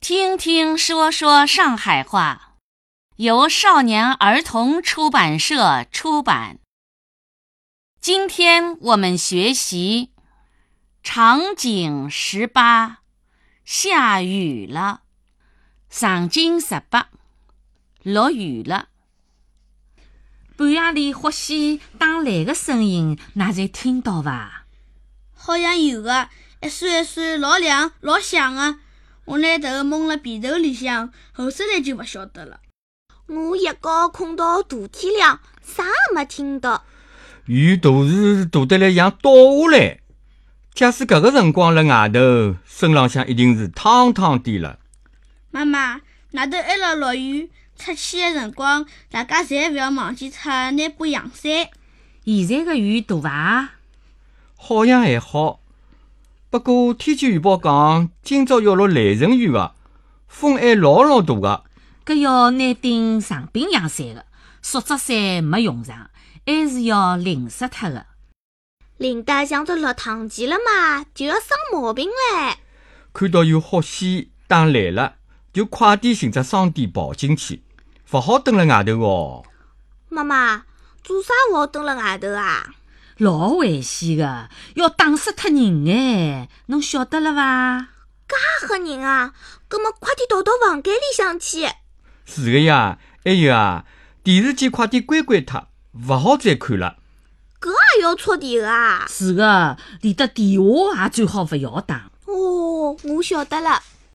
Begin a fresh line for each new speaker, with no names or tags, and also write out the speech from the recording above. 听听说说上海话，由少年儿童出版社出版。今天我们学习场景十八，下雨了。场景十八，落雨了。半夜里或许打雷的声音，㑚侪听到伐？
好像有个，一扇一扇老亮老响个、我拿头蒙辣被头里向，后首来就勿晓得了。
我一觉困到大天亮，啥也没听到。
雨大是大得来像倒下来。假使搿个辰光辣外头，身浪向一定是汤汤的了。
妈妈，外头还辣落雨，出去个辰光，大家侪勿要忘记脱拿把阳伞。
现在的雨大伐？
好像还好，不过天气预报讲今朝要落雷阵雨个，风还老老大个。
搿要拿顶长柄阳伞的，塑纸伞没用上，还是要淋湿脱的。
林大强都落堂前了嘛，就要生毛病唻。
看到有好戏打来了，就快点寻只商店跑进去，勿好蹲辣外头哦。
妈妈，做啥我要蹲辣外头啊？
老危险的，要打死脱人哎！侬晓得了伐？
吓吓人啊！葛么快点逃到房间里向去。
是个呀，还有啊，电视机快点关关脱，勿好再看了。
搿也要戳电啊！
是的，连得电话也最好勿要打。
哦，我晓得了。